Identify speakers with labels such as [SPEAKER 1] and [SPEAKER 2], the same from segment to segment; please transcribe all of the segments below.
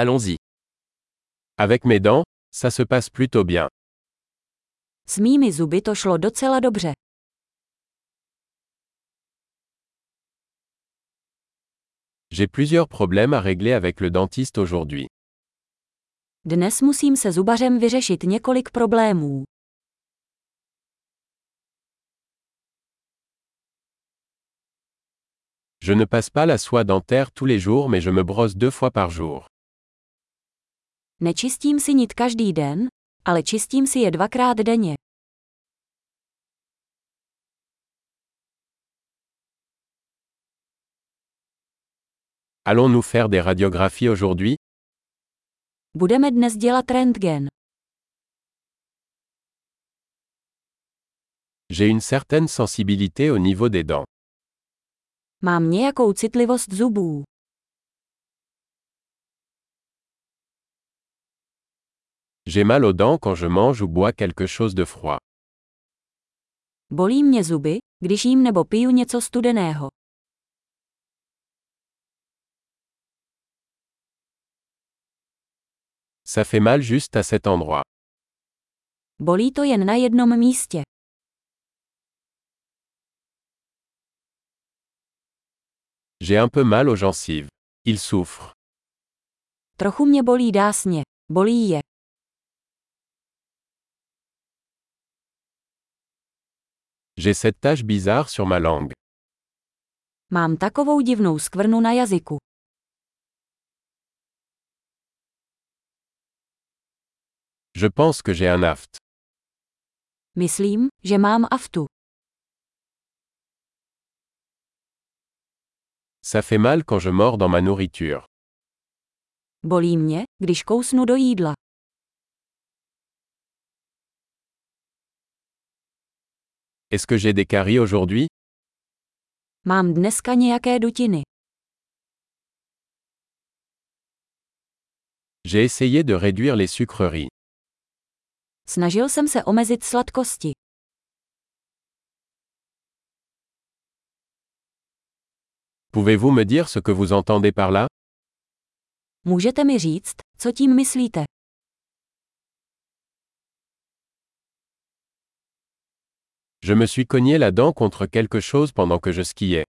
[SPEAKER 1] Allons-y. Avec mes dents, ça se passe plutôt bien.
[SPEAKER 2] S mými zuby to šlo docela dobře.
[SPEAKER 1] J'ai plusieurs problèmes à régler avec le dentiste aujourd'hui.
[SPEAKER 2] Dnes musím se zubařem vyřešit několik problémů.
[SPEAKER 1] Je ne passe pas la soie dentaire tous les jours mais je me brosse deux fois par jour.
[SPEAKER 2] Nečistím si nit každý den, ale čistím si je dvakrát denně.
[SPEAKER 1] Allons-nous faire des radiographies aujourd'hui
[SPEAKER 2] Budeme dnes dělat rentgen.
[SPEAKER 1] J'ai une certaine sensibilité au niveau des dents.
[SPEAKER 2] Mám nějakou citlivost zubů.
[SPEAKER 1] J'ai mal aux dents quand je mange ou bois quelque chose de froid.
[SPEAKER 2] Bolí mě zuby, když jím nebo piju něco studeného.
[SPEAKER 1] Ça fait mal juste à cet endroit.
[SPEAKER 2] Bolí to jen na jednom místě.
[SPEAKER 1] J'ai un peu mal aux gencives. Il souffre.
[SPEAKER 2] Trochu mě bolí dásně. Bolí je.
[SPEAKER 1] J'ai cette tache bizarre sur ma langue.
[SPEAKER 2] Mám takovou divnou skvrnu na jazyku.
[SPEAKER 1] Je pense que j'ai un aft.
[SPEAKER 2] Myslím, že mám aftu.
[SPEAKER 1] Ça fait mal quand je mords dans ma nourriture.
[SPEAKER 2] Bolí mě, když kousnu do jídla.
[SPEAKER 1] Est-ce que j'ai des caries aujourd'hui
[SPEAKER 2] Mám dneska nějaké dutiny.
[SPEAKER 1] J'ai essayé de réduire les sucreries.
[SPEAKER 2] Snažil jsem se omezit sladkosti.
[SPEAKER 1] Pouvez-vous me dire ce que vous entendez par là
[SPEAKER 2] Můžete mi říct, co tím myslíte?
[SPEAKER 1] Je me suis cogné la dent contre quelque chose pendant que je skiais.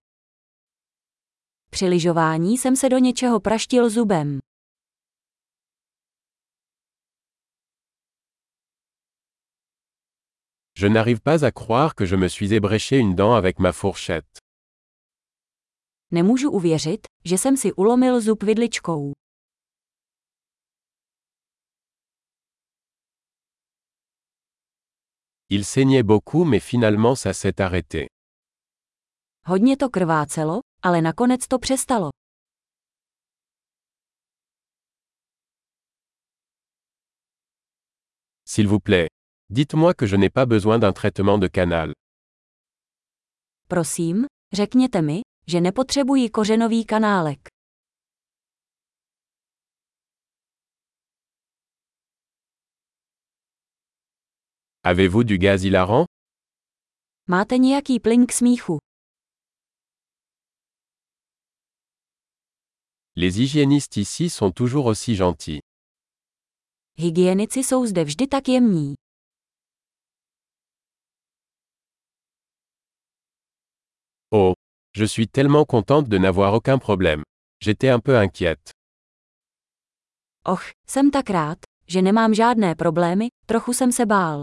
[SPEAKER 2] Při lyžování jsem se do něčeho praštil zubem.
[SPEAKER 1] Je n'arrive pas à croire que je me suis ébréché une dent avec ma fourchette.
[SPEAKER 2] Nemůžu uvěřit, že jsem si ulomil zub vidličkou.
[SPEAKER 1] Il saignait beaucoup mais finalement ça s'est arrêté.
[SPEAKER 2] Hodně to krvácelo, ale nakonec to přestalo.
[SPEAKER 1] S'il vous plaît, dites-moi que je n'ai pas besoin d'un traitement de canal.
[SPEAKER 2] Prosím, řekněte mi, že nepotřebuji kořenový kanálek.
[SPEAKER 1] Avez-vous du gaz hilarant
[SPEAKER 2] Máte nějaký plyn k smíchu?
[SPEAKER 1] Les hygiénistes ici sont toujours aussi gentils.
[SPEAKER 2] Hygienici jsou zde vždy tak jemní.
[SPEAKER 1] Oh, je suis tellement contente de n'avoir aucun problème. J'étais un peu inquiète.
[SPEAKER 2] Och, jsem tak rád, že nemám žádné problémy, trochu jsem se bál.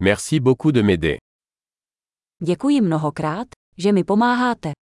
[SPEAKER 1] Merci beaucoup de m'aider.
[SPEAKER 2] Děkuji mnohokrát, že mi pomáháte.